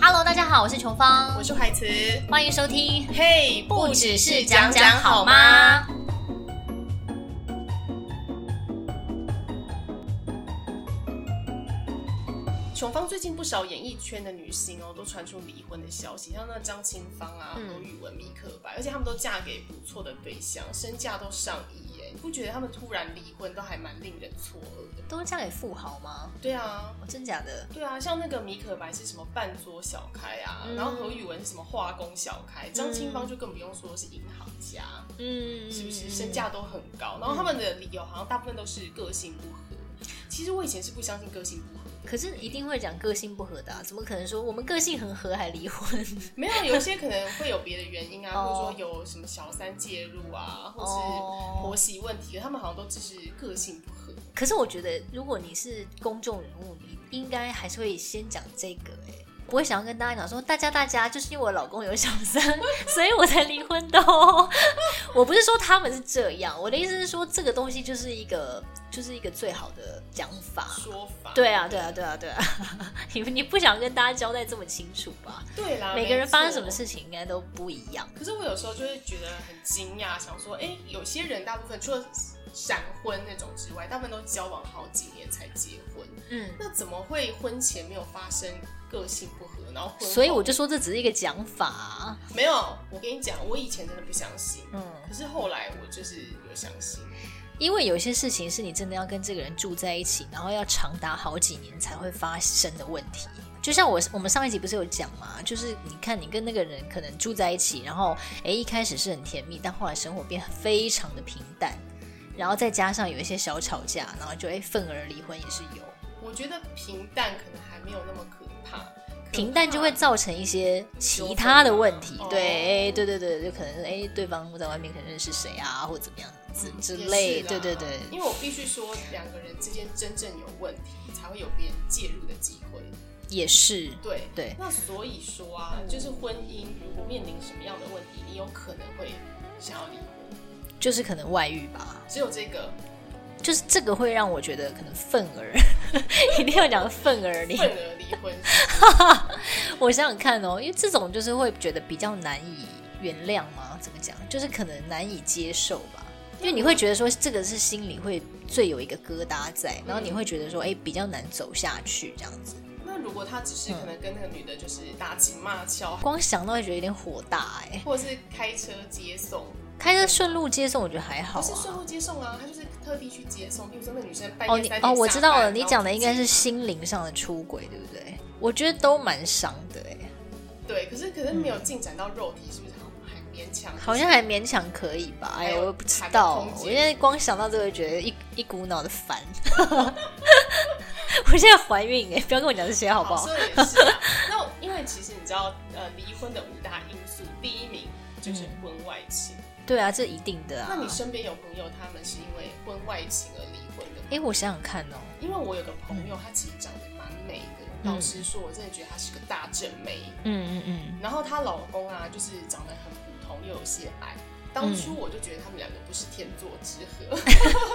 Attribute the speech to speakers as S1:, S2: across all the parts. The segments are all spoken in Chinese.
S1: Hello，大家好，我是琼芳，
S2: 我是海慈。
S1: 欢迎收听，
S2: 嘿、
S1: 不只是讲讲好吗？
S2: 琼芳最近不少演艺圈的女星哦，都传出离婚的消息，像那张清芳啊、
S1: 嗯
S2: 罗宇文、米可白，而且他们都嫁给不错的对象，身价都上亿耶。你不觉得他们突然离婚都还蛮令人错愕的？
S1: 都嫁给富豪吗？
S2: 对啊，
S1: 哦，真假的？
S2: 对啊，像那个米可白是什么半桌小开啊，
S1: 嗯
S2: 然后何宇文是什么化工小开，张清芳就更不用说是银行家，
S1: 嗯，
S2: 是不是身价都很高？然后他们的理由好像大部分都是个性不合。其实我以前是不相信个性不合的，
S1: 可是一定会讲个性不合的、啊，怎么可能说我们个性很合还离婚？
S2: 没有有些可能会有别的原因啊，
S1: 哦
S2: 或者说有什么小三介入啊，或
S1: 哦
S2: 是婆媳问题，他们好像都只是个性不合。
S1: 可是我觉得，如果你是公众人物，你应该还是会先讲这个、哎，不会想要跟大家讲说，大家大家，就是因为我老公有小三，所以我才离婚的哦。我不是说他们是这样，我的意思是说，这个东西就是一个，就是一个最好的讲法。
S2: 说法
S1: 对啊，对啊，对啊，对啊！你你不想跟大家交代这么清楚吧？
S2: 对啦，
S1: 每个人发生什
S2: 没
S1: 么
S2: 错
S1: 事情应该都不一样。
S2: 可是我有时候就会觉得很惊讶，想说，哎、有些人大部分除了闪婚那种之外，大部分都交往好几年才结婚，
S1: 嗯，
S2: 那怎么会婚前没有发生个性不合，然后婚后
S1: 所以我就说这只是一个讲法啊。
S2: 没有？我跟你讲，我以前真的不相信，
S1: 嗯，
S2: 可是后来我就是有相信。
S1: 因为有些事情是你真的要跟这个人住在一起，然后要长达好几年才会发生的问题。就像我我们上一集不是有讲嘛，就是你看你跟那个人可能住在一起，然后诶一开始是很甜蜜，但后来生活变非常的平淡，然后再加上有一些小吵架，然后就诶愤而离婚也是有。
S2: 我觉得平淡可能还没有那么可怕，
S1: 平淡就会造成一些其他的问题
S2: 纠纷，啊
S1: 对，哎，对对对，就可能是哎，对方在外面可能认识谁啊，或者怎么样子
S2: 嗯
S1: 之
S2: 也
S1: 类，
S2: 是啦
S1: 对对对，
S2: 因为我必须说，两个人之间真正有问题，才会有别人介入的机会。
S1: 也是，
S2: 对
S1: 对
S2: 那所以说啊，
S1: 嗯
S2: 就是婚姻如果面临什么样的问题，你有可能会想要离婚，
S1: 就是可能外遇吧，
S2: 只有这个
S1: 就是这个会让我觉得可能愤而， 一定要讲愤而离。
S2: 份额离 婚。
S1: 我想想看哦，因为这种就是会觉得比较难以原谅吗？怎么讲？就是可能难以接受吧。因为你会觉得说这个是心里会最有一个疙瘩在，然后你会觉得说，
S2: 嗯
S1: 哎，比较难走下去这样子。
S2: 那如果他只是可能
S1: 嗯
S2: 跟那个女的就是打情骂俏，
S1: 光想到就觉得有点火大哎、
S2: 或者是开车接送，
S1: 开车顺路接送我觉得还好
S2: 不是顺
S1: 啊。
S2: 路接送啊，他就是特地去接送。比如说那女生半
S1: 哦，
S2: 夜
S1: 你
S2: 三点
S1: 哦，我知道了，你讲的应该
S2: 是。
S1: 是心灵上的出轨，对不对？我觉得都蛮伤的哎、
S2: 对，可是可是没有进展到肉体，是不是好像还勉强？
S1: 好像还勉强可以吧。哎
S2: 还
S1: 呀，
S2: 有
S1: 我也不知
S2: 还有
S1: 道
S2: 空，间
S1: 我现在光想到这个就觉得一一股脑的烦。 我现在怀孕哎、不要跟我讲这些好不好？
S2: 说的也是啊。那因为其实你知道，呃，离婚的五大因素，第一名就是婚外情。
S1: 对啊，这一定的
S2: 那
S1: 啊
S2: 你。身边有朋友他们是因为婚外情而离婚的吗？
S1: 哎、我想想看哦，
S2: 因为我有个朋友，她其实长得蛮美的，
S1: 嗯
S2: 老实说，我真的觉得她是个大正妹。
S1: 嗯嗯嗯，
S2: 然后她老公啊，就是长得很普通，又有些矮。当初我就觉得他们两个不是天作之合。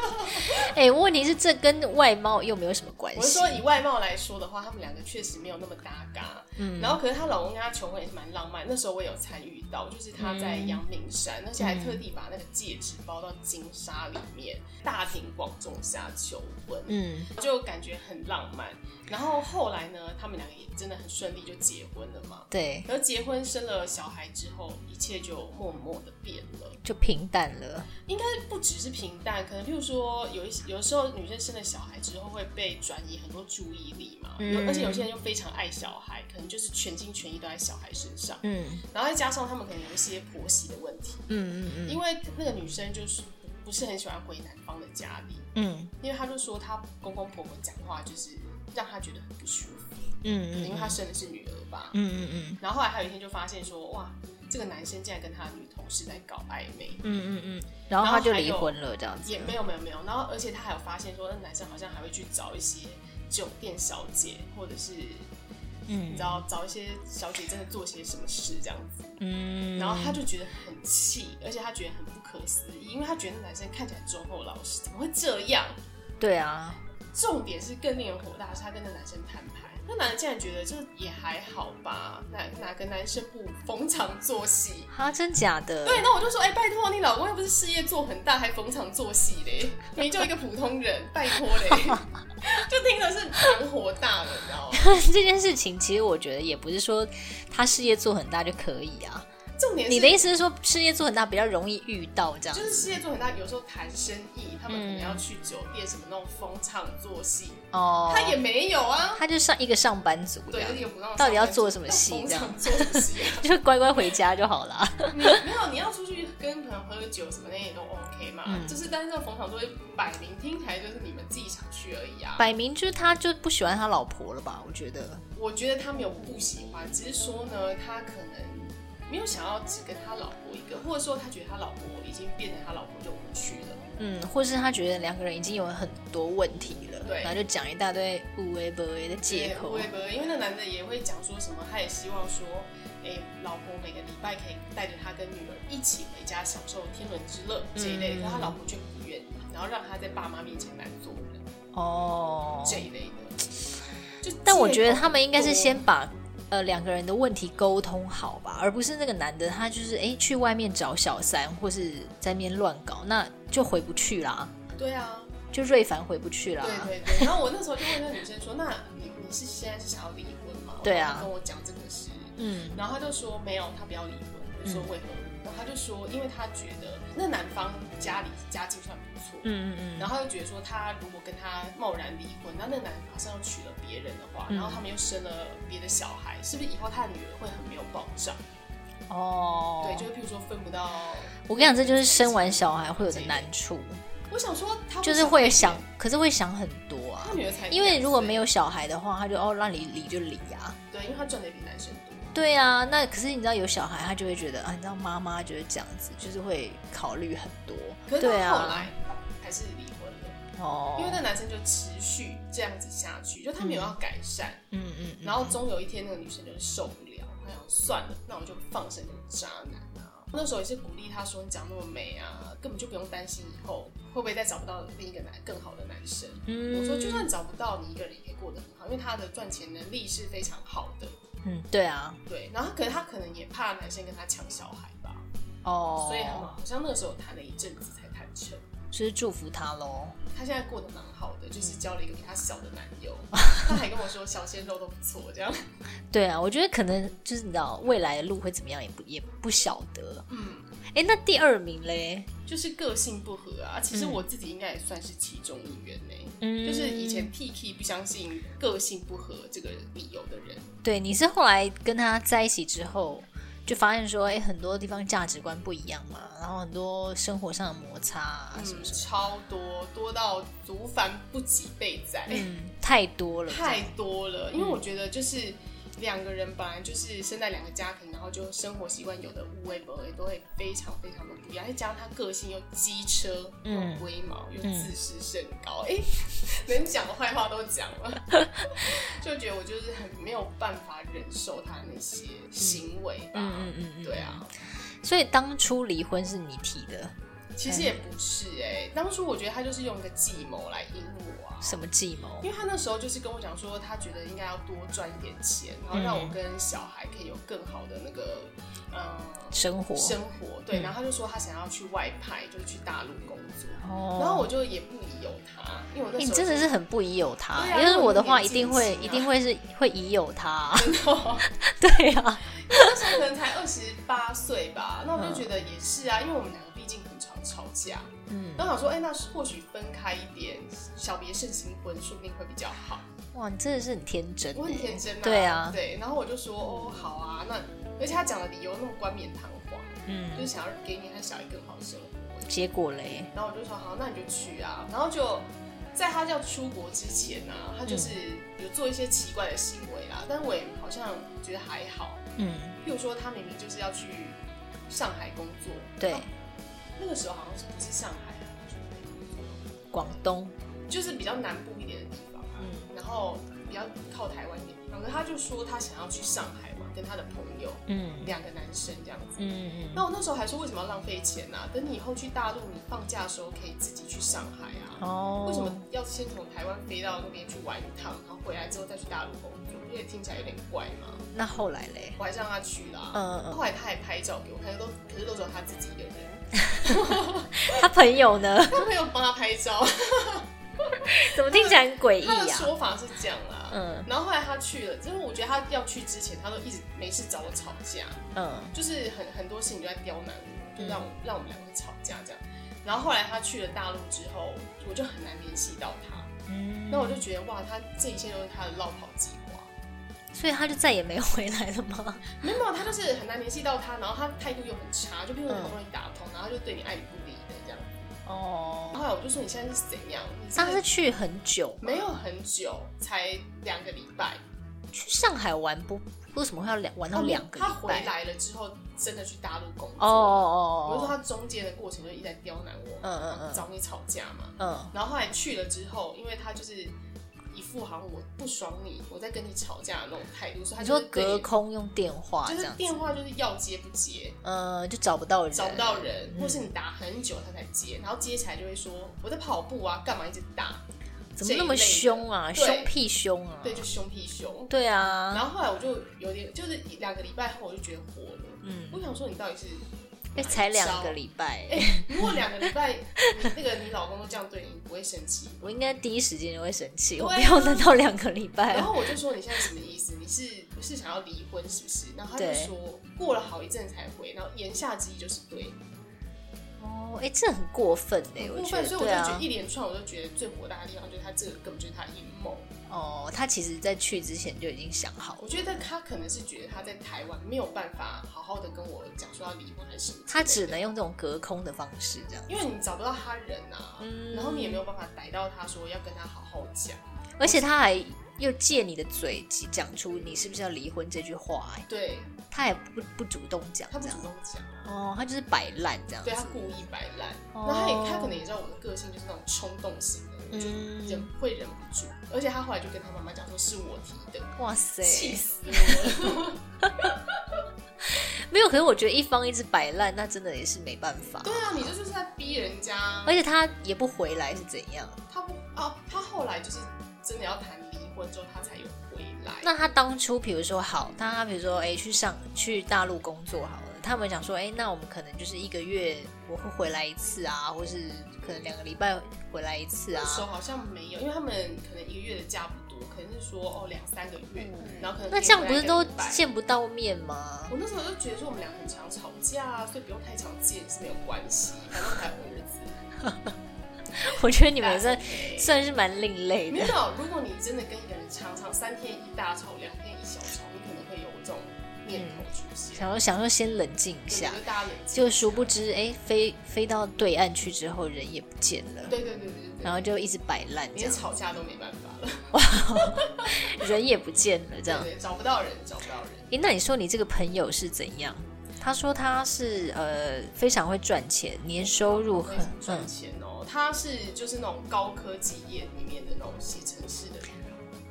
S1: 哎、问题是这跟外貌又没有什么关
S2: 我是
S1: 系。
S2: 说，以外貌来说的话，他们两个确实没有那么搭嘎。
S1: 嗯
S2: 然后可是她老公跟她求婚也是蛮浪漫，那时候我有参与到，就是她在阳明山，而且还特地把那个戒指包到金沙里面，大庭广众下求婚，
S1: 嗯，
S2: 就感觉很浪漫。然后后来呢，他们两个也真的很顺利就结婚了嘛。
S1: 对，
S2: 而结婚生了小孩之后，一切就默默的变了。
S1: 就平淡了。
S2: 应该不只是平淡，可能譬如说有一些有时候女生生了小孩之后会被转移很多注意力嘛，
S1: 嗯
S2: 有而且有些人又非常爱小孩，可能就是全心全意都在小孩身上，
S1: 嗯
S2: 然后再加上他们可能有一些婆媳的问题，
S1: 嗯嗯嗯
S2: 因为那个女生就是不是很喜欢回男方的家里，
S1: 嗯
S2: 因为她就说她公公婆婆讲话就是让她觉得很不舒服，
S1: 嗯
S2: 因为
S1: 嗯
S2: 她生的是女儿吧，
S1: 嗯嗯
S2: 然后后来还有一天就发现说哇，这个男生竟然跟他的女同事在搞暧昧，
S1: 嗯嗯，然后他就离婚了，这样子
S2: 也。没有没有没有，然后而且他还有发现说，那男生好像还会去找一些酒店小姐，或者是你
S1: 嗯
S2: 知道找一些小姐真的做些什么事这样子，
S1: 嗯，
S2: 然后他就觉得很气，而且他觉得很不可思议，因为他觉得那男生看起来忠厚老实，怎么会这样？
S1: 对啊，
S2: 重点是更令人火大的是，他跟那男生摊牌，那男的竟然觉得就也还好吧，哪哪个男生不逢场作戏？
S1: 哈，真假的？
S2: 对，那我就说，哎、拜托，你老公又不是事业做很大，还逢场作戏嘞，你就一个普通人，拜托 嘞，就听着是蛮火大的，你知道吗？
S1: 这件事情其实我觉得也不是说他事业做很大就可以啊。
S2: 重点是
S1: 你的意思是说事业做很大比较容易遇到这样
S2: 就？是事业做很大，有时候谈生意，他们可
S1: 嗯
S2: 能要去酒店什么那种逢场作戏，
S1: 哦，
S2: 他也没有啊。
S1: 他就上一个上班族这
S2: 对，
S1: 样
S2: 就是，有不让
S1: 到底要做什么戏
S2: 逢
S1: 这样
S2: 场作戏，啊
S1: 就乖乖回家就好啦。
S2: 你没有，你要出去跟朋友喝酒什么那些都 OK 嘛。
S1: 嗯
S2: 就是，但是这个逢场作戏摆明听起来就是你们自己想去而已啊。
S1: 摆明就是他就不喜欢他老婆了吧？我觉得，
S2: 我觉得他没有不喜欢，只是说呢，他可能没有想要只跟他老婆一个，或者说他觉得他老婆已经变成他老婆就无趣了。
S1: 嗯，或是他觉得两个人已经有很多问题了，
S2: 对
S1: 然后就讲一大堆无为不为的借
S2: 对
S1: 口
S2: 会，不会？因为那男的也会讲说什么，他也希望说，哎、老婆每个礼拜可以带着他跟女儿一起回家享受天伦之乐这一类的，
S1: 嗯
S2: 可他老婆却不愿意，然后让他在爸妈面前难做人
S1: 哦。
S2: 这一类的。就
S1: 但我
S2: 借口
S1: 觉得他们应该是
S2: 多
S1: 先把呃两个人的问题沟通好吧，而不是那个男的他就是哎、诶去外面找小三，或是在那边乱搞，那就回不去啦，
S2: 对啊，
S1: 就瑞凡回不去啦。
S2: 对对对，然后我那时候就问那女生说：“那你你是现在是想要离婚吗？”
S1: 对啊
S2: 我跟我讲这个事，
S1: 嗯，
S2: 然后她就说没有，她不要离婚。我就说为何？然后她就说，因为她觉得那男方家里家境算不错，
S1: 嗯嗯
S2: 然后她就觉得说，她如果跟他贸然离婚，那那男人马上又娶了别人的话，
S1: 嗯
S2: 然后他们又生了别的小孩，是不是以后他的女儿会很没有保障？
S1: 嗯，哦，
S2: 对，就是譬如说分不到。
S1: 我跟你讲，这就是生完小孩会有的难处，
S2: 我想说她
S1: 就是会想，可是会想很多啊
S2: 她。女儿才，
S1: 因为如果没
S2: 有
S1: 有小孩的话，他就哦让你离就离啊。
S2: 对，因为她赚的比男生多。
S1: 对啊，那可是你知道有小孩，他就会觉得啊，你知道妈妈就是这样子，就是会考虑很
S2: 可
S1: 多。
S2: 是他
S1: 对
S2: 后
S1: 啊
S2: 来，还是离婚了，因
S1: 哦，
S2: 为那男生就持续这样子下去，就他没有要改善，
S1: 嗯嗯嗯，
S2: 然后终有一天那个女生就受不了，她想算了，那我就放生这个渣男啊。那时候也是鼓励他说：“你长那么美啊，根本就不用担心以后会不会再找不到另一个男更好的男生。”
S1: 嗯
S2: 我说：“就算找不到，你一个人也可以过得很好，因为他的赚钱能力是非常好的。
S1: 嗯，对啊，”
S2: 对，然后可能他可能也怕男生跟他抢小孩吧，
S1: 哦，
S2: 所以他们好像那个时候谈了一阵子才谈成。
S1: 就是祝福他喽。
S2: 她现在过得蛮好的，就是
S1: 嗯
S2: 交了一个比她小的男友， 她还跟我说小鲜肉都不错，这样。
S1: 对啊，我觉得可能就是你知道未来的路会怎么样，也不也不晓得。
S2: 嗯，
S1: 哎，那第二名嘞？
S2: 就是个性不合啊。其实
S1: 嗯
S2: 我自己应该也算是其中一员呢、
S1: 嗯，
S2: 就是以前 T K 不相信个性不合这个理由的人，
S1: 对，你是后来跟他在一起之后，就发现说，哎，很多地方价值观不一样嘛，然后很多生活上的摩擦啊，什么
S2: 嗯，
S1: 什么，
S2: 超多多到足繁不及备载，
S1: 嗯，太多了，
S2: 太多了。因为
S1: 嗯
S2: 我觉得就是两个人本来就是生在两个家庭，然后就生活习惯有的无微不微都会非常非常的不一样，再加上他个性又机车，又
S1: 嗯
S2: 龟毛，又自视甚高，哎、 能讲的坏话都讲了， 就觉得我就是很没有办法忍受他那些行为吧。
S1: 嗯嗯嗯嗯，
S2: 对啊，
S1: 所以当初离婚是你提的，
S2: 其实也不是哎、当初我觉得他就是用一个计谋来引我啊，
S1: 什么计谋？
S2: 因为他那时候就是跟我讲说，他觉得应该要多赚一点钱，然后让我跟小孩可以有更好的那个呃
S1: 生活，嗯
S2: 生活。对，然后他就说他想要去外派，就是去大陆工作。
S1: 哦，
S2: 然后我就也不疑有他，因为我那
S1: 诶你
S2: 时候
S1: 真的
S2: 是
S1: 是很不疑有他，
S2: 对啊
S1: 要是我的话，一
S2: 因为我年纪
S1: 定会
S2: 轻啊
S1: 一定会是会疑有他、
S2: 真的哦，
S1: 对啊，
S2: 那时候可能才二十八岁吧。那我就觉得也是啊，因为我们两个毕竟很常吵架。
S1: 嗯，
S2: 然后想说，哎、那或许分开一点，小别胜新婚，说不定会比较好。
S1: 嗯哇，你真的是很天真
S2: 我
S1: 欸，
S2: 很天真啊，
S1: 对啊，
S2: 对，然后我就说哦，好啊，那而且他讲的理由那么冠冕堂皇，就
S1: 嗯，
S2: 是想要给你和小孩更好的生活。
S1: 结果嘞，
S2: 然后我就说好，那你就去啊。然后就在他要出国之前呢、啊，他就是有做一些奇怪的行为啦，但我也好像觉得还好。
S1: 嗯，
S2: 譬如说，他明明就是要去上海工作，
S1: 对，
S2: 那个时候好像是不是上海啊，就是哪里工作
S1: 广东，
S2: 就是比较南部一点的地方。啊
S1: 嗯
S2: 然后比较靠台湾一点地方，可是他就说他想要去上海嘛，跟他的朋友
S1: 嗯
S2: 两个男生这样子。
S1: 嗯嗯。
S2: 那我那时候还说为什么要浪费钱呢、啊？等你以后去大陆，你放假的时候可以自己去上海啊。
S1: 哦，
S2: 为什么要先从台湾飞到那边去玩一趟，然后回来之后再去大陆工作？不是也听起来有点怪吗？
S1: 那后来嘞？
S2: 我还是让他去啦。
S1: 嗯嗯
S2: 后来他也拍照给我看，可是都可是都只有他自己一个人，
S1: 他朋友 呢？
S2: 他朋友帮他拍照。
S1: 怎么听起来很诡异
S2: 他的
S1: 啊？
S2: 说法是这样啦。
S1: 嗯
S2: 然后后来他去了，就是我觉得他要去之前，他都一直没事找我吵架，
S1: 嗯
S2: 就是很很多事情就在刁难我，就让我、让我们两个吵架这样。然后后来他去了大陆之后，我就很难联系到他。
S1: 嗯，
S2: 那我就觉得哇，他这一切都是他的绕跑计划。
S1: 嗯所以他就再也没回来了吗？
S2: 没有，他就是很难联系到他，然后他态度又很差，就比
S1: 嗯
S2: 如我好不容易打通，然后他就对你爱理不理的这样。然
S1: 哦，
S2: 后后来我就说你现在是怎样？你
S1: 他是
S2: 是
S1: 去很久吗，
S2: 没有很久，才两个礼拜。
S1: 去上海玩不？为什么会要两玩到哦两个
S2: 哦他
S1: 礼
S2: 回
S1: 拜？
S2: 来了之后，真的去大陆工作。
S1: 哦
S2: 我就说
S1: 哦哦
S2: 他中间的过程就一直在刁难我，
S1: 嗯嗯嗯
S2: 找你吵架嘛。
S1: 哦，嗯
S2: 然后后来去了之后，因为他就是一副好像我不爽你，我在跟你吵架的那种态度，所以他
S1: 你
S2: 就
S1: 说
S2: 是对
S1: 隔
S2: 你
S1: 空用电话
S2: 就
S1: 这
S2: 是
S1: 样子，
S2: 电话就是要接不接，
S1: 呃，就找不到人，
S2: 找不到人，或是你打很久他才接，然后接起来就会说我在跑步啊，干嘛一直打？
S1: 怎么那么凶啊？
S2: 这一类的
S1: 凶屁凶啊！
S2: 对，就凶屁凶。
S1: 对啊，
S2: 然后后来我就有点，就是两个礼拜后我就觉得火了，
S1: 嗯，
S2: 我想说你到底是
S1: 哎，才两个礼拜，
S2: 哎、如果两个礼拜你那个你老公都这样对你，你不会生气？
S1: 我应该第一时间就会生气，
S2: 对啊
S1: 我不要等到两个礼拜
S2: 然。后我就说你现在什么意思？你是是想要离婚是不是？然后他就
S1: 对
S2: 说过了好一阵才回，然后言下之意就是对，
S1: 哦，哎，这很过分哎，
S2: 很过
S1: 觉
S2: 分。
S1: 得，
S2: 所以我就
S1: 对
S2: 觉得
S1: 啊
S2: 一，连串，我就觉得最火大的地方就是他这个根本就是他阴谋。
S1: 哦，他其实在去之前就已经想好
S2: 我
S1: 了，
S2: 觉得他可能是觉得他在台湾没有办法好好的跟我讲说要离婚还是什么之类的，
S1: 他只能用这种隔空的方式这样。
S2: 因为你找不到他人啊，
S1: 嗯
S2: 然后你也没有办法逮到他说要跟他好好讲。
S1: 而且他还又借你的嘴讲出你是不是要离婚这句话、哎
S2: 对
S1: 他也不不主动讲
S2: 他不
S1: 这
S2: 主
S1: 样，
S2: 动讲啊，
S1: 哦，他就是摆烂这样子
S2: 对他，故意摆烂，
S1: 哦
S2: 那他也他可能也知道我的个性就是那种冲动型的，我就忍
S1: 嗯，
S2: 会忍不住。而且他后来就跟他妈妈讲说是我提的，
S1: 哇塞，
S2: 气死我了。
S1: 没有，可是我觉得一方一直摆烂，那真的也是没办法，
S2: 对啊，你这就是在逼人家
S1: 而。且他也不回来是怎样？
S2: 他不啊，他后来就是真的要谈离婚之后，他才有回来。
S1: 那他当初比如说好，他比如说哎、去上去大陆工作好了，他们想说哎、那我们可能就是一个月我会回来一次啊，或是可能两个礼拜回来一次啊
S2: 那，时候好像没有，因为他们可能一个月的假不多，可能是说哦两三个月，然后可能
S1: 嗯那这样不是都
S2: 一个礼拜
S1: 见不到面吗？
S2: 我那时候就觉得说我们俩很常吵架啊，所以不用太常见是没有关系，反正我还有儿子。
S1: 我觉得你们算
S2: OK
S1: 算是蛮另类
S2: 没
S1: 的，
S2: 有，如果你真的跟一个人常常三天一大吵，两天一小吵，你可能会有这种念头出现。
S1: 想说想说先冷静一
S2: 对
S1: 下
S2: 就，大家冷静。
S1: 就殊不知哎、飞飞到对岸去之后人也不见了，
S2: 对对对对对
S1: 然
S2: 对，
S1: 后就一直摆烂这
S2: 连
S1: 样，
S2: 吵架都没办法了，
S1: 人也不见了这样。
S2: 对对，找不到人，找不到人。
S1: 哎、那你说你这个朋友是怎样？他说他是呃非常会赚钱，年收入很
S2: 为什么
S1: 嗯
S2: 赚，钱哦，他是就是那种高科技业里面的那种写程式的，
S1: 嗯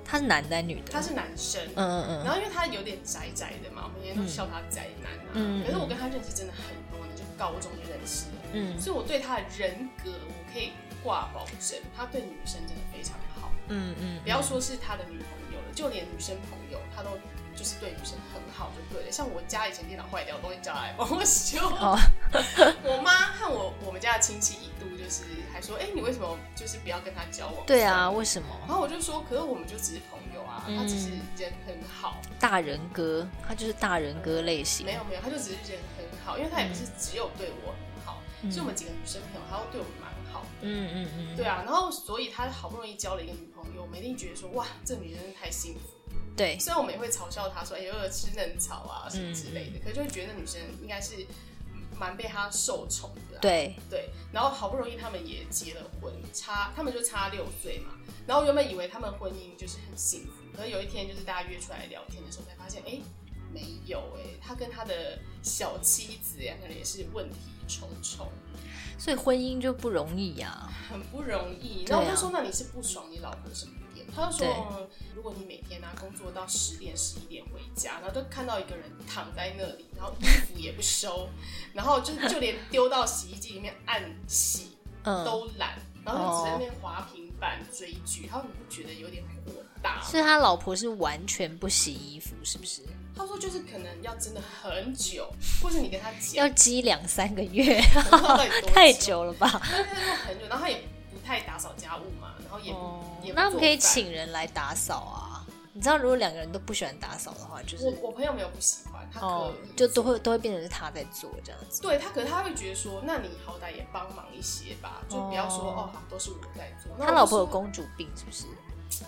S1: 他是男的还是女
S2: 他
S1: 的？
S2: 是男生。
S1: 嗯嗯
S2: 然
S1: 嗯，
S2: 后因为他有点宅宅的嘛，我们以前都笑他宅男啊。
S1: 嗯
S2: 可是我跟他认识真的很多年，就高中就认识了，
S1: 嗯
S2: 所以我对他的人格我可以挂保证，他对女生真的非常好。
S1: 嗯嗯
S2: 不要说是他的女朋友了，就连女生朋友他都就是对女生很好，就对了。像我家以前电脑坏掉，我都会叫他来帮我修。
S1: 哦
S2: 我妈和我我们家的亲戚一度就是还说，哎、你为什么就是不要跟他交往？
S1: 对啊，嗯为什么
S2: 然后我就说，可是我们就只是朋友啊，他只是人很好，
S1: 大人哥他就是大人哥类型
S2: 没？有没有，他就只是人很好，因为他也不是只有对我很好，
S1: 嗯
S2: 所以我们几个女生朋友，他都对我们蛮好的。
S1: 嗯嗯嗯，
S2: 对啊，然后所以他好不容易交了一个女朋友，我们一定觉得说，哇，这女人真的太幸福了。
S1: 对，
S2: 虽然我们也会嘲笑她说，哎、呦，吃嫩草啊什么之类的，可是就会觉得女生应该是蛮被他受宠的啊、
S1: 对，
S2: 对，然后好不容易他们也结了婚，差他们就差六岁嘛。然后原本以为他们婚姻就是很幸福，可是有一天就是大家约出来聊天的时候，才发现，哎、没有哎、他跟他的小妻子两个人也是问题重重，
S1: 所以婚姻就不容易呀、
S2: 很不容易。
S1: 对
S2: 然
S1: 啊
S2: 后我就说，那你是不爽你老婆什么点？他就
S1: 对
S2: 说，嗯如果你每天啊工作到十点十一点回家，然后就看到一个人躺在那里，然后衣服也不收， 然后就就连丢到洗衣机里面按洗。
S1: 嗯，
S2: 都懒，然后就只在那边滑平板追剧，然后你不觉得有点火大。
S1: 所以他老婆是完全不洗衣服，是不是？
S2: 他说就是可能要真的很久，或者你跟他讲
S1: 要，积两三个月，
S2: 不知道到底多
S1: 太，久了吧？
S2: 因为他说很久，然后他也不太打扫家务嘛，然后也不、
S1: 哦
S2: 也，不
S1: 那我们可以
S2: 做饭
S1: 请人来打扫啊。你知道，如果两个人都不喜欢打扫的话，就是
S2: 我我朋友没有不喜欢，他可
S1: 哦
S2: 以，
S1: 就都会都会变成是他在做这样子。
S2: 对他，可是他会觉得说，那你好歹也帮忙一些吧，就不要说
S1: 哦
S2: 哦，好都是我在做。那
S1: 他
S2: 我
S1: 老
S2: 就
S1: 婆有
S2: 说，
S1: 公主病是不是？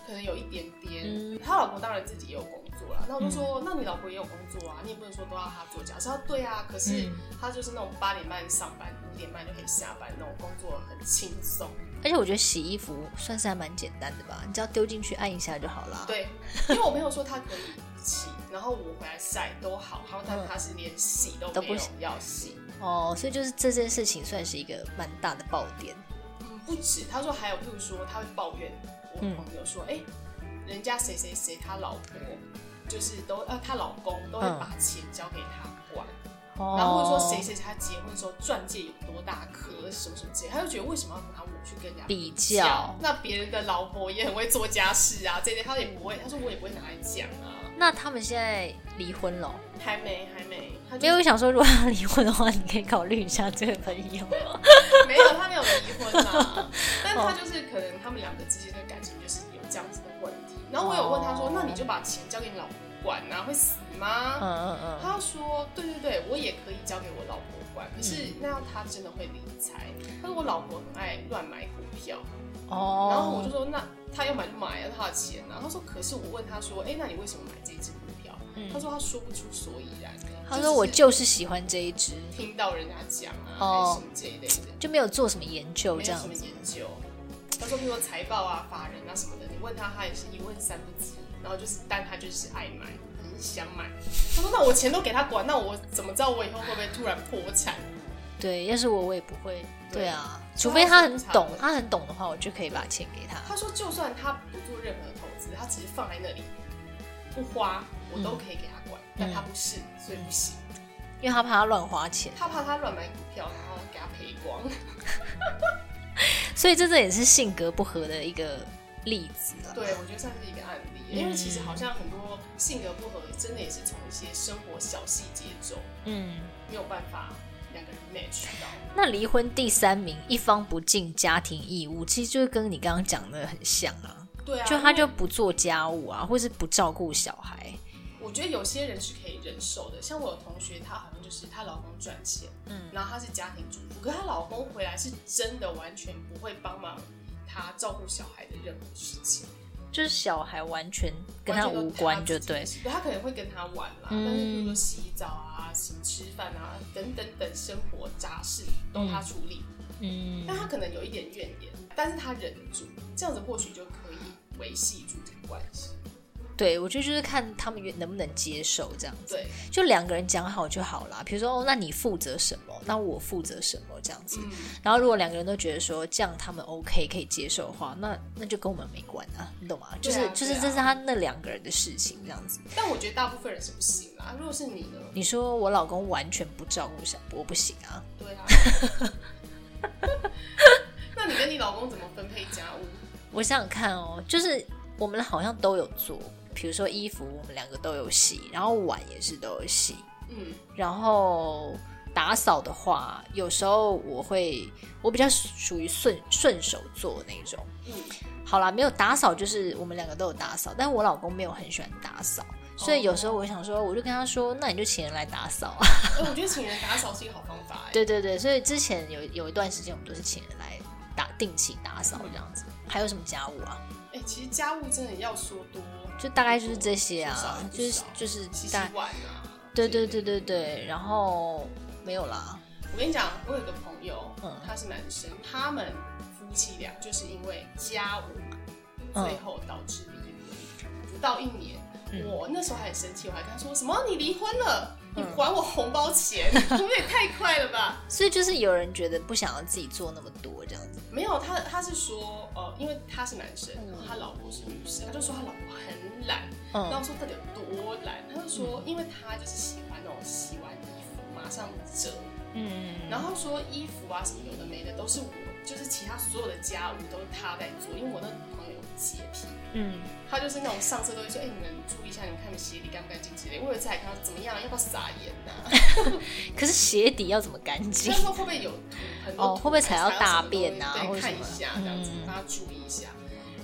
S2: 可能有一点点。
S1: 嗯
S2: 他老婆当然自己也有工作啦，那我就说，那你老婆也有工作啊，你也不能说都要他做家事。他说对啊，可是
S1: 嗯
S2: 他就是那种八点半上班，五点半就可以下班那种工作很轻松。
S1: 而且我觉得洗衣服算是还蛮简单的吧，你只要丢进去按一下就好啦。，
S2: 对， 因为我朋友说他可以洗，然后我回来晒都好，然后但他是连洗都
S1: 嗯都
S2: 没
S1: 不
S2: 有
S1: 洗
S2: 要洗。
S1: 哦，所以就是这件事情算是一个蛮大的爆点。
S2: 嗯，不止，他说还有，譬如说他会抱怨我
S1: 嗯
S2: 朋友说，哎、人家谁谁谁他老婆就是都呃他老公都会
S1: 嗯
S2: 把钱交给他管，
S1: 哦，
S2: 然后或者说谁谁谁他结婚的时候钻戒有多大颗什么什么之类，他就觉得为什么要拿我去跟人家
S1: 比
S2: 较
S1: 较？
S2: 那别人的老婆也很会做家事啊，这些他也不会，他说我也不会拿来讲啊，
S1: 那他们现在离婚了哦？
S2: 还没还没，他就
S1: 没有我想说，如果他离婚的话，你可以考虑一下这个朋友。
S2: 没有，他没有离 婚啦，但
S1: 哦
S2: 他就是可能他们两个之间的感情就是有这样子的问题。然后我有问他说
S1: 哦：“
S2: 那你就把钱交给你老婆管啊，会死吗？”
S1: 嗯嗯嗯，
S2: 他说：“对对对，我也可以交给我老婆管，可
S1: 嗯
S2: 是那要他真的会理财。他说我老婆很爱乱买股票，
S1: 哦，
S2: 然后我就说那他要买就买啊，他的钱啊。他说可是我问他说：哎，那你为什么买这一只股票？
S1: 嗯
S2: 他说他说不出所以然。
S1: 他
S2: 就
S1: 说我
S2: 只是
S1: 就是喜欢这一只，
S2: 听到人家讲啊，
S1: 哦
S2: 还是什么这一类的。”
S1: 就没有做什么研究
S2: 没
S1: 这
S2: 有
S1: 样
S2: 什么
S1: 子。
S2: 研究。他说，比如说财报啊、法人啊什么的，你问他，他也是一问三不知。然后就是，但他就是爱买，很想买。他说：“那我钱都给他管，那我怎么知道我以后会不会突然破产
S1: 对，要是我我也不会。
S2: 对
S1: 对啊，
S2: 所
S1: 除
S2: 以
S1: 非
S2: 他
S1: 他
S2: 是
S1: 很
S2: 正常
S1: 懂
S2: 的，
S1: 他很懂的嗯话，我就可以把钱给？”他。
S2: 他说：“就算他不做任何投资，他只是放在那里不花，我
S1: 嗯
S2: 都可以给他管。但他不是，所以不行。
S1: 因为他怕他乱花钱，
S2: 他怕他乱买股票，然后给他赔 光。
S1: 所以这这也是性格不合的一个例子了。
S2: 对，我觉得算是一个案例，因为其
S1: 嗯
S2: 实好像很多性格不合，真的也是从一些生活小细节中。”
S1: 嗯，
S2: 没有办法两个人 match 到。
S1: 那离婚第三名，一方不尽家庭义务，其实就是跟你刚刚讲的很像啊，
S2: 对啊，
S1: 就他
S2: 因为
S1: 就不做家务啊，或是不照顾小孩。
S2: 我觉得有些人是可以忍受的，像我有同学，她好像就是她老公赚钱，
S1: 嗯
S2: 然后她是家庭主妇，可她老公回来是真的完全不会帮忙她照顾小孩的任何事情，
S1: 就是小孩完全跟他
S2: 完全都
S1: 无关，
S2: 自
S1: 就
S2: 己
S1: 对
S2: 的。事。对，她可能会跟他玩啦，
S1: 嗯
S2: 但是比如说洗澡啊、什么吃饭啊等等等生活杂事都她处理，
S1: 嗯
S2: 但她可能有一点怨言，但是她忍得住，这样子或许就可以维系住这个关系。
S1: 对，我觉得就是看他们能不能接受这样子，
S2: 对，
S1: 就两个人讲好就好啦。比如说，哦，那你负责什么，那我负责什么这样子。
S2: 嗯。
S1: 然后如果两个人都觉得说这样他们 OK 可以接受的话，那那就跟我们没关啊，你懂吗？就是、
S2: 对啊
S1: 就是
S2: 对啊
S1: 这是他那两个人的事情这样子。
S2: 但我觉得大部分人是不行啦。如果是你呢？
S1: 你说我老公完全不照顾小，我不行啊。
S2: 对啊。那你跟你老公怎么分配家务？
S1: 我想想看哦，就是我们好像都有做，比如说衣服我们两个都有洗，然后碗也是都有洗，
S2: 嗯，
S1: 然后打扫的话，有时候我会我比较属于顺顺手做那种。
S2: 嗯，
S1: 好啦，没有打扫就是我们两个都有打扫，但我老公没有很喜欢打扫，
S2: 哦
S1: 所以有时候我想说，我就跟他说，那你就请人来打 扫啊。
S2: 哎、我觉得请人打扫是一个好方法、哎，
S1: 对对对，所以之前有有一段时间，我们都是请人来打定期打扫这样子。还有什么家务啊？
S2: 哎、其实家务真的要说多，
S1: 就大概就是这些
S2: 不少
S1: 啊，
S2: 不
S1: 就是
S2: 少
S1: 就是
S2: 洗洗
S1: 大，
S2: 碗啊。
S1: 对对
S2: 这一类
S1: 对对
S2: 的。
S1: 对，然后没有啦。
S2: 我跟你讲，我有个朋友，
S1: 嗯
S2: 他是男生，他们夫妻俩就是因为家务，
S1: 嗯
S2: 最后导致离婚，不到一年。
S1: 嗯
S2: 我那时候还很生气，我还跟他说什么：“你离婚了，你还我红包钱，你们也太快了吧！”
S1: 所以就是有人觉得不想要自己做那么多这样子，
S2: 没有，他他是说，呃，因为他是男生，
S1: 嗯
S2: 然后他老婆是女生，他就说他老婆很懒，然后
S1: 嗯
S2: 我说到底有多懒，他就说，因为他就是喜欢那种洗完衣服马上折，
S1: 嗯，
S2: 然后说衣服啊什么有的没的都是我，就是其他所有的家务都是他在做，因为我那朋友洁癖，
S1: 嗯，
S2: 他就是那种上车都会说，哎、你们注意一下，你们看你们鞋底干不干净之类。我有一次还看他怎么样，要不要撒盐 呐、
S1: 可是鞋底要怎么干
S2: 就
S1: 净
S2: 是？说会不会有很多
S1: 哦会不会踩到
S2: 到
S1: 大便啊
S2: 啊？
S1: 或者
S2: 对，看
S1: 什
S2: 一
S1: 么的
S2: 下这样子
S1: 嗯，
S2: 大家注意一下。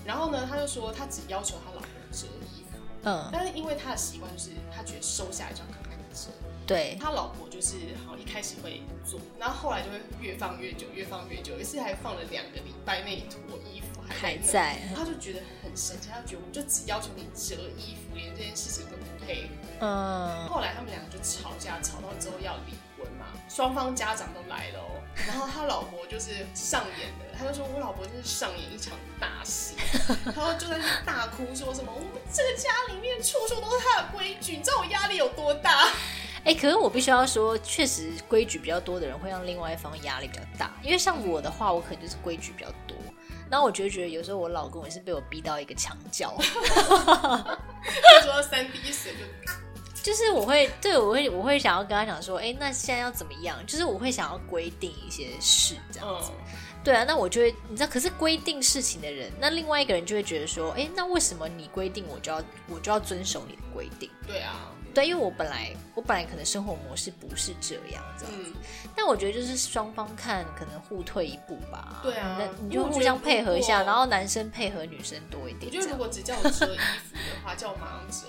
S2: 然后呢，他就说他只要求他老婆折衣服，
S1: 嗯，
S2: 但是因为他的习惯就是他觉得收下来就要赶快折。
S1: 对，
S2: 他老婆就是好像一开始会做，然后后来就会越放越久，越放越久，有一次还放了两个礼拜，那一坨衣服还
S1: 还
S2: 在那。
S1: 在，
S2: 他就觉得很生气，他就觉得我们就只要求你折衣服，连这件事情都不配。
S1: 嗯，
S2: 后来他们两个就吵架，吵到之后要离婚嘛，双方家长都来了哦。然后他老婆就是上演的，他就说我老婆就是上演一场大戏，然后就在那大哭，说什么我们这个家里面处处都是他的规矩，你知道我压力有多大？
S1: 哎、可是我必须要说，确实规矩比较多的人会让另外一方压力比较大，因为像我的话，我可能就是规矩比较多。然后我就会觉得，有时候我老公也是被我逼到一个墙 角，
S2: 他说三滴水就
S1: 就是我会对我会我会想要跟他讲说，哎、那现在要怎么样？就是我会想要规定一些事这样子。
S2: 嗯。
S1: 对啊，那我就会你知道，可是规定事情的人，那另外一个人就会觉得说，哎，那为什么你规定我就要我就要遵守你的规定？
S2: 对啊，
S1: 对，因为我本来我本来可能生活模式不是这样子，
S2: 嗯，
S1: 但我觉得就是双方看可能互退一步吧。
S2: 对啊
S1: 那你
S2: 因为
S1: 就
S2: 我
S1: 互
S2: 觉得
S1: 相配合一下，
S2: 如果
S1: 然后男生配合女生多一
S2: 我
S1: 点。
S2: 觉
S1: 这
S2: 得如
S1: 样。
S2: 果只叫我折衣服的话，叫我马上折。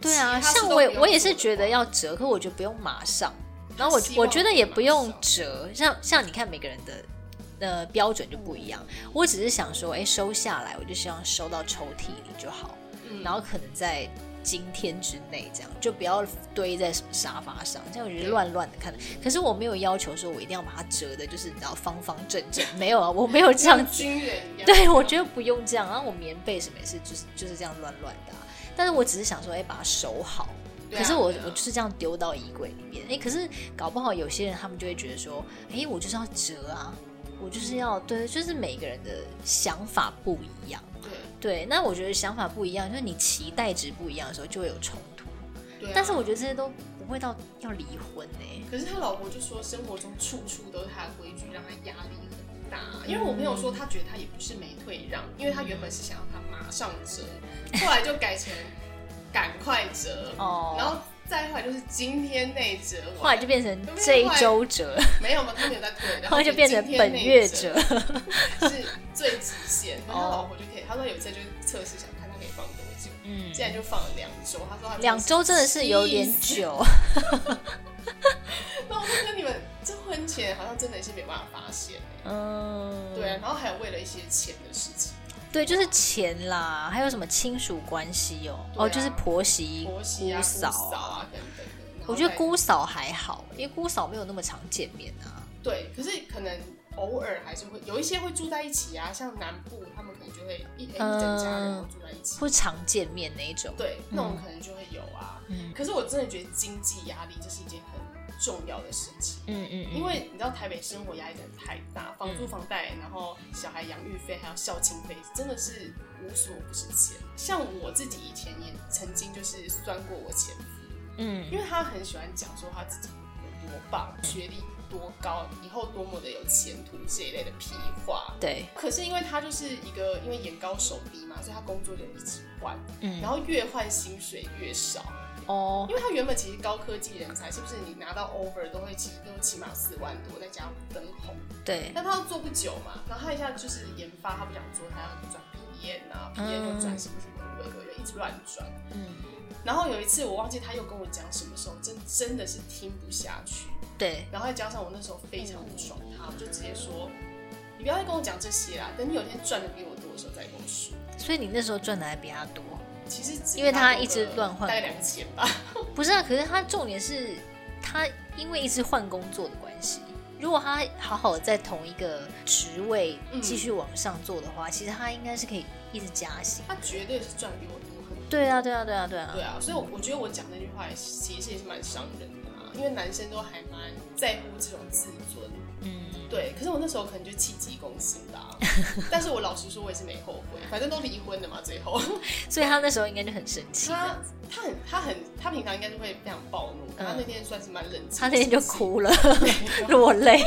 S1: 对啊，
S2: 其他事
S1: 像我
S2: 都不
S1: 也
S2: 用
S1: 我也是觉
S2: 做的
S1: 得
S2: 话
S1: 要折，可我觉得不用马上。然后我
S2: 希望
S1: 我觉得也不用
S2: 马上
S1: 折，像像你看每个人的呃标准就不一样。
S2: 嗯
S1: 我只是想说，哎，收下来，我就希望收到抽屉里就好，
S2: 嗯
S1: 然后可能在今天之内这样，就不要堆在什么沙发上，这样我觉得
S2: 对
S1: 乱乱的看。可是我没有要求说我一定要把它折的，就是你知道方方正正，没有啊，我没有这样
S2: 像
S1: 子。
S2: 军人一 样。
S1: 对，我觉得不用这样。然后我棉被什么也是，就是就是这样乱乱的啊、但是我只是想说，哎、把它收好。
S2: 对啊
S1: 可是我、
S2: 对啊
S1: 我就是这样丢到衣柜里面。哎、可是搞不好有些人他们就会觉得说，哎、我就是要折啊，我就是要对，就是每个人的想法不一样。
S2: 对
S1: 对，那我觉得想法不一样，就是你期待值不一样的时候就会有冲突。
S2: 对啊。
S1: 但是我觉得这些都不会到要离婚呢、
S2: 可是他老婆就说，生活中处处都是他的规矩，让他压力很大。因为我朋友说，他觉得他也不是没退让，因为他原本是想要他马上 折，后来就改成赶快折，
S1: 哦
S2: 然后再后来就是今天内折完，
S1: 后来就变成这一周折，
S2: 没有嘛，他没有在退，然
S1: 后
S2: 后
S1: 来就变成
S2: 啊今天
S1: 本
S2: 内
S1: 月
S2: 折
S1: 折。
S2: 是最极限，然后他
S1: 哦
S2: 老婆就可以，他说有一次就是测试，想看他可以放多久，
S1: 嗯，
S2: 竟然就放了两周，他说他
S1: 两周真的是有 点
S2: 气死。
S1: 久。
S2: 那我就跟你们，这婚前好像真的是没办法发现、欸，
S1: 嗯，
S2: 对啊，然后还有为了一些钱的事情，
S1: 对，就是钱啦，还有什么亲属关系哦、
S2: 对啊
S1: 哦，就是婆媳、
S2: 婆媳啊、
S1: 姑
S2: 姑
S1: 嫂
S2: 嫂啊等等的。然后
S1: 我觉得
S2: 再
S1: 姑嫂还好，因为姑嫂没有那么常见面啊。
S2: 对，可是可能偶尔还是会有一些会住在一起啊，像南部他们可能就会一一
S1: 嗯
S2: 整家人都住在一起，
S1: 不常见面那一种。
S2: 对，那种可能就会有啊。
S1: 嗯
S2: 可是我真的觉得经济压力这是一件很重要的事情。
S1: 嗯嗯嗯，
S2: 因为你知道台北生活压力真的太大，房租、房贷，然后小孩养育费，还有孝亲费，真的是无所不是钱。像我自己以前也曾经就是酸过我前夫，
S1: 嗯
S2: 因为他很喜欢讲说他自己有多棒，
S1: 嗯
S2: 学历多高，以后多么的有前途这一类的屁话。
S1: 对，
S2: 可是因为他就是一个因为眼高手低嘛，所以他工作就一直换，
S1: 嗯
S2: 然后越换薪水越少。
S1: 哦
S2: 因为他原本其实高科技人才，是不是你拿到 over 都会起都起码四万多，再加分红，
S1: 对，
S2: 但他又做不久嘛，然后他一下就是研发，他不想做，他要转 PM 啊，PM 又转什么什么，我我一直乱转。
S1: 嗯
S2: 然后有一次我忘记他又跟我讲什么时候，真真的是听不下去，
S1: 对，
S2: 然后再加上我那时候非常不爽他，我就直接说，你不要再跟我讲这些啦，等你有一天赚的比我多的时候再跟我说。
S1: 所以你那时候赚的还比他多。
S2: 其实只
S1: 因为他
S2: 拿到
S1: 一直
S2: 个
S1: 乱换
S2: 大概两千吧，
S1: 不是啊，可是他重点是他因为一直换工作的关系，如果他好好在同一个职位
S2: 嗯
S1: 继续往上做的话，其实他应该是可以一直加薪。
S2: 他绝对是赚比我多很多。
S1: 对啊，对啊，对啊，对啊
S2: 对，啊，所以我我觉得我讲那句话也是其实也是蛮伤人的啊，因为男生都还蛮在乎这种自尊。
S1: 嗯，
S2: 对，可是我那时候可能就气急攻心 吧，但是我老实说，我也是没后悔，反正都离婚了嘛。最后
S1: 所以他那时候应该就很生气，
S2: 他他很他很他平常应该就会非常暴怒，
S1: 嗯
S2: 他那天算是蛮冷静，
S1: 他那天就，哭了，
S2: 对啊
S1: 落泪，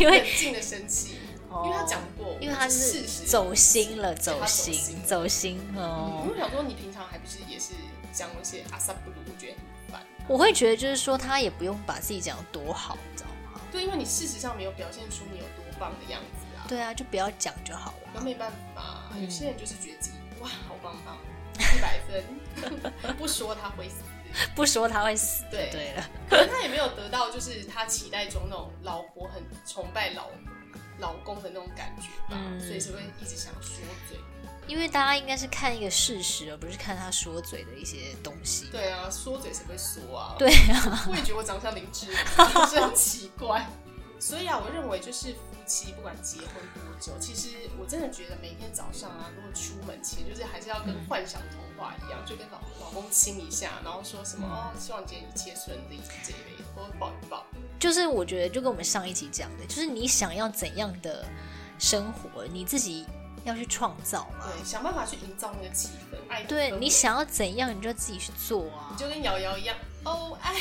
S1: 因为
S2: 冷静的生气。
S1: 哦，
S2: 因为他讲过，
S1: 因为他
S2: 是
S1: 是
S2: 事实
S1: 走心了，
S2: 对
S1: 走
S2: 他走
S1: 心
S2: 心，
S1: 走心
S2: 嗯
S1: 哦
S2: 因。为想说你平常还不是也是讲那些阿萨布鲁，我觉得很烦。
S1: 我会觉得就是说，他也不用把自己讲得多好，你知道吗？
S2: 对，因为你事实上没有表现出你有多棒的样子啊。
S1: 对啊，就不要讲就好了。
S2: 那没办法，
S1: 嗯
S2: 有些人就是觉得自己哇好棒 棒，一百分， 不说他会死。
S1: 不说他会死。
S2: 对
S1: 对了，
S2: 可能他也没有得到就是他期待中那种老婆很崇拜老老公的那种感觉吧，
S1: 嗯
S2: 所以才会一直想说嘴。
S1: 因为大家应该是看一个事实，而不是看他说嘴的一些东西。
S2: 对啊，说嘴谁会说啊？
S1: 对啊，
S2: 我也觉得我长得像林志颖，真奇怪。所以啊，我认为就是夫妻不管结婚多久，其实我真的觉得每天早上啊，如果出门前，就是还是要跟幻想童话一样，就跟老老公亲一下，然后说什么哦，希望今天一切顺利这一类的，或者抱一抱。
S1: 就是我觉得就跟我们上一集讲的，就是你想要怎样的生活，你自己要去创造嘛。
S2: 对，想办法去营造那个气氛，爱的
S1: 对
S2: 氛围
S1: 你想要怎样，你就自己去做啊
S2: 你，就跟瑶瑶一样，哦，爱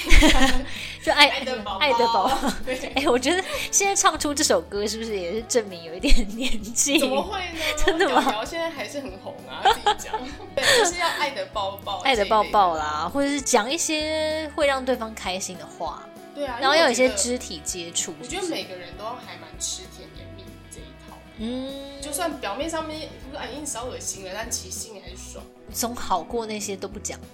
S1: 就爱
S2: 爱的宝宝，
S1: 爱的宝宝。
S2: 对，
S1: 哎、我觉得现在唱出这首歌，是不是也是证明有一点年纪
S2: 怎？么会呢？
S1: 真的吗
S2: 瑶瑶现在还是很红啊，自己讲，对，就是要爱的抱抱，
S1: 爱的抱抱
S2: 这一类
S1: 啦，或者是讲一些会让对方开心的话，
S2: 的，对啊，
S1: 然后要有一些
S2: 知，
S1: 肢体接触。
S2: 我觉得每个人都还蛮吃甜言蜜语这一套，
S1: 嗯，
S2: 就算表面上面就是哎，你少恶心了，但其实心里还是爽。
S1: 总好过那些都不讲吧。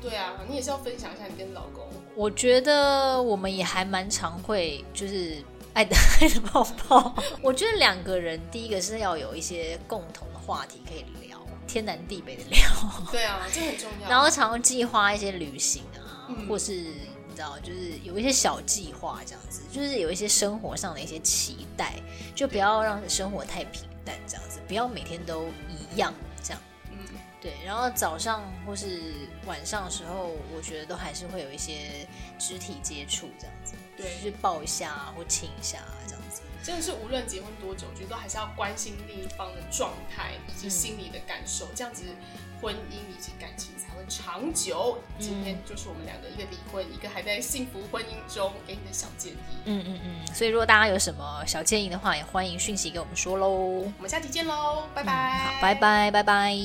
S2: 对啊，你也是要分享一下你跟老公，
S1: 我觉得我们也还蛮常会就是爱的爱的抱 抱。我觉得两个人第一个是要有一些共同的话题可以聊，天南地北的聊，
S2: 对啊，这很重要。
S1: 然后常常计划一些旅行啊，
S2: 嗯
S1: 或是你知道，就是有一些小计划这样子，就是有一些生活上的一些期待，就不要让生活太平淡这样子，不要每天都一样这样。
S2: 嗯，
S1: 对，然后早上或是晚上的时候，我觉得都还是会有一些肢体接触这样子，
S2: 对
S1: 就是抱一下啊或亲一下啊这样子。
S2: 真的是无论结婚多久，我觉得都还是要关心另一方的状态以及心理的感受，这样子婚姻以及感情才会长久。今天就是我们两个，一个离婚，一个还在幸福婚姻中，给你的小建议。
S1: 嗯嗯嗯，所以如果大家有什么小建议的话，也欢迎讯息给我们说喽。
S2: 嗯我们下期见喽，拜拜、
S1: 好，拜。拜，拜拜。